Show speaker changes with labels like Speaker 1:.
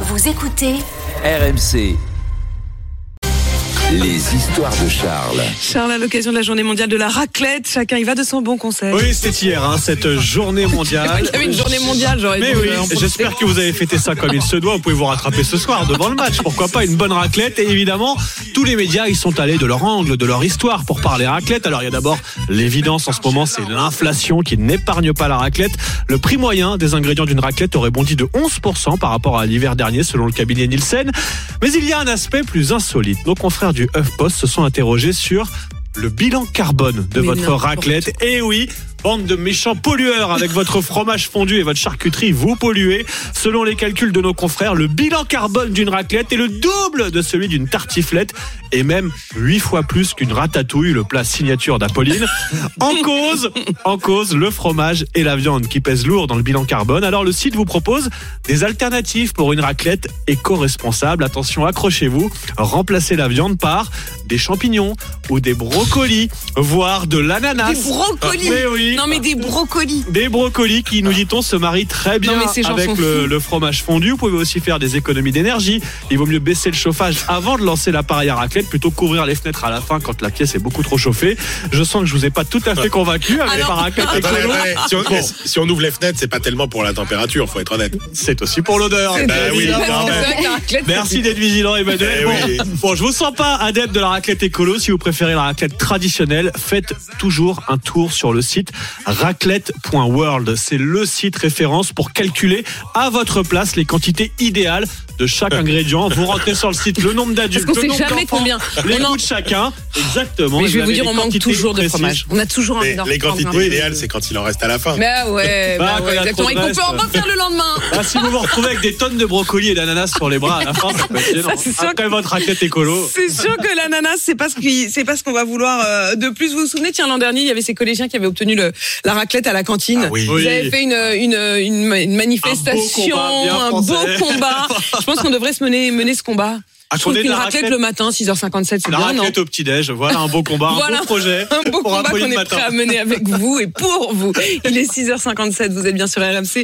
Speaker 1: Vous écoutez
Speaker 2: RMC. Les histoires de Charles.
Speaker 3: Charles, à l'occasion de la journée mondiale de la raclette, chacun y va de son bon conseil.
Speaker 4: Oui, c'était hier, hein, cette journée mondiale.
Speaker 3: Il y avait une journée mondiale, j'aurais
Speaker 4: Mais
Speaker 3: dû,
Speaker 4: oui,
Speaker 3: euh, en profiter.
Speaker 4: j'espère que vous avez fêté ça comme il se doit. Vous pouvez vous rattraper ce soir devant le match. Pourquoi pas une bonne raclette Et évidemment, tous les médias, ils sont allés de leur angle, de leur histoire pour parler raclette. Alors, il y a d'abord l'évidence en ce moment, c'est l'inflation qui n'épargne pas la raclette. Le prix moyen des ingrédients d'une raclette aurait bondi de 11% par rapport à l'hiver dernier, selon le cabinet Nielsen. Mais il y a un aspect plus insolite. Nos confrères du HuffPost se sont interrogés sur le bilan carbone de
Speaker 3: Mais
Speaker 4: votre
Speaker 3: n'importe
Speaker 4: raclette. Et Eh oui, bande de méchants pollueurs avec votre fromage fondu et votre charcuterie, vous polluez. Selon les calculs de nos confrères, le bilan carbone d'une raclette est le double de celui d'une tartiflette et même huit fois plus qu'une ratatouille, le plat signature d'Apolline. En cause, en cause, le fromage et la viande qui pèsent lourd dans le bilan carbone. Alors le site vous propose des alternatives pour une raclette éco-responsable. Attention, accrochez-vous. Remplacez la viande par des champignons ou des brocolis, voire de l'ananas.
Speaker 3: Des brocolis
Speaker 4: Ah, Mais oui.
Speaker 3: Non mais des brocolis
Speaker 4: Des brocolis qui, nous dit-on, se marient très bien
Speaker 3: Non, mais ces gens sont
Speaker 4: avec le,
Speaker 3: fous.
Speaker 4: le fromage fondu. Vous pouvez aussi faire des économies d'énergie. Il vaut mieux baisser le chauffage avant de lancer l'appareil à raclette plutôt que qu'ouvrir les fenêtres à la fin quand la pièce est beaucoup trop chauffée. Je sens que je vous ai pas tout à fait convaincu avec
Speaker 3: non.
Speaker 4: la raclette
Speaker 5: Attendez,
Speaker 4: écolo. Ah,
Speaker 5: attendez. Si, on,
Speaker 4: Bon,
Speaker 5: si on ouvre les fenêtres, c'est pas tellement pour la température, faut être honnête.
Speaker 4: c'est aussi pour l'odeur.
Speaker 5: Eh ben oui,
Speaker 4: évidemment.
Speaker 5: non, mais-
Speaker 3: C'est vrai que la raclette,
Speaker 4: Merci d'être vigilant, Emmanuel.
Speaker 5: Eh
Speaker 4: bon,
Speaker 5: oui.
Speaker 4: bon, je vous sens pas adepte de la raclette écolo. Si vous préférez la raclette traditionnelle, faites toujours un tour sur le site raclette.world. C'est le site référence pour calculer à votre place les quantités idéales de chaque ingrédient. Vous rentrez sur le site le nombre d'adultes,
Speaker 3: Parce qu'on
Speaker 4: le
Speaker 3: sait
Speaker 4: nombre
Speaker 3: jamais
Speaker 4: d'enfants,
Speaker 3: combien.
Speaker 4: les
Speaker 3: On en-
Speaker 4: goûts de chacun. Exactement.
Speaker 3: Mais je vais
Speaker 4: Vous
Speaker 3: vous
Speaker 4: avez
Speaker 3: dire,
Speaker 4: les
Speaker 3: on manque
Speaker 4: quantités
Speaker 3: toujours de
Speaker 4: précises.
Speaker 3: fromage. On a toujours envie
Speaker 5: Mais
Speaker 3: d'en
Speaker 5: les
Speaker 3: prendre un peu.
Speaker 5: quantités idéales, c'est quand il en reste à la fin.
Speaker 3: Bah ouais,
Speaker 4: Bah,
Speaker 3: bah
Speaker 4: quand il y
Speaker 3: ouais,
Speaker 4: a
Speaker 3: exactement.
Speaker 4: trop
Speaker 3: Et
Speaker 4: de
Speaker 3: qu'on peut en
Speaker 4: reste.
Speaker 3: refaire le lendemain.
Speaker 4: Ah, si vous vous retrouvez avec des tonnes de brocolis et d'ananas sur les bras à la fin, ça peut être gênant.
Speaker 3: c'est sûr
Speaker 4: après votre raclette écolo.
Speaker 3: C'est sûr que l'ananas, c'est pas ce qui, c'est pas ce qu'on va vouloir euh, de plus. Vous vous souvenez, tiens, l'an dernier, il y avait ces collégiens qui avaient obtenu le, la raclette à la cantine.
Speaker 5: Ah oui.
Speaker 3: Ils
Speaker 4: Oui.
Speaker 3: avaient fait une, une, une, une manifestation,
Speaker 4: Un beau
Speaker 3: un
Speaker 4: combat, bien français.
Speaker 3: beau combat. Je pense qu'on devrait se mener, mener ce combat.
Speaker 4: Ah,
Speaker 3: Je trouve
Speaker 4: qu'on ait de
Speaker 3: qu'une
Speaker 4: la
Speaker 3: raclette,
Speaker 4: raclette
Speaker 3: le matin, 6h57, c'est
Speaker 4: La
Speaker 3: bien, non
Speaker 4: raclette au petit-déj, voilà un beau combat, un
Speaker 3: Voilà.
Speaker 4: beau projet
Speaker 3: un beau
Speaker 4: pour
Speaker 3: combat
Speaker 4: Apolline
Speaker 3: qu'on est
Speaker 4: Matin.
Speaker 3: prêt à mener avec vous et pour vous. Il est 6h57, vous êtes bien sur RMC.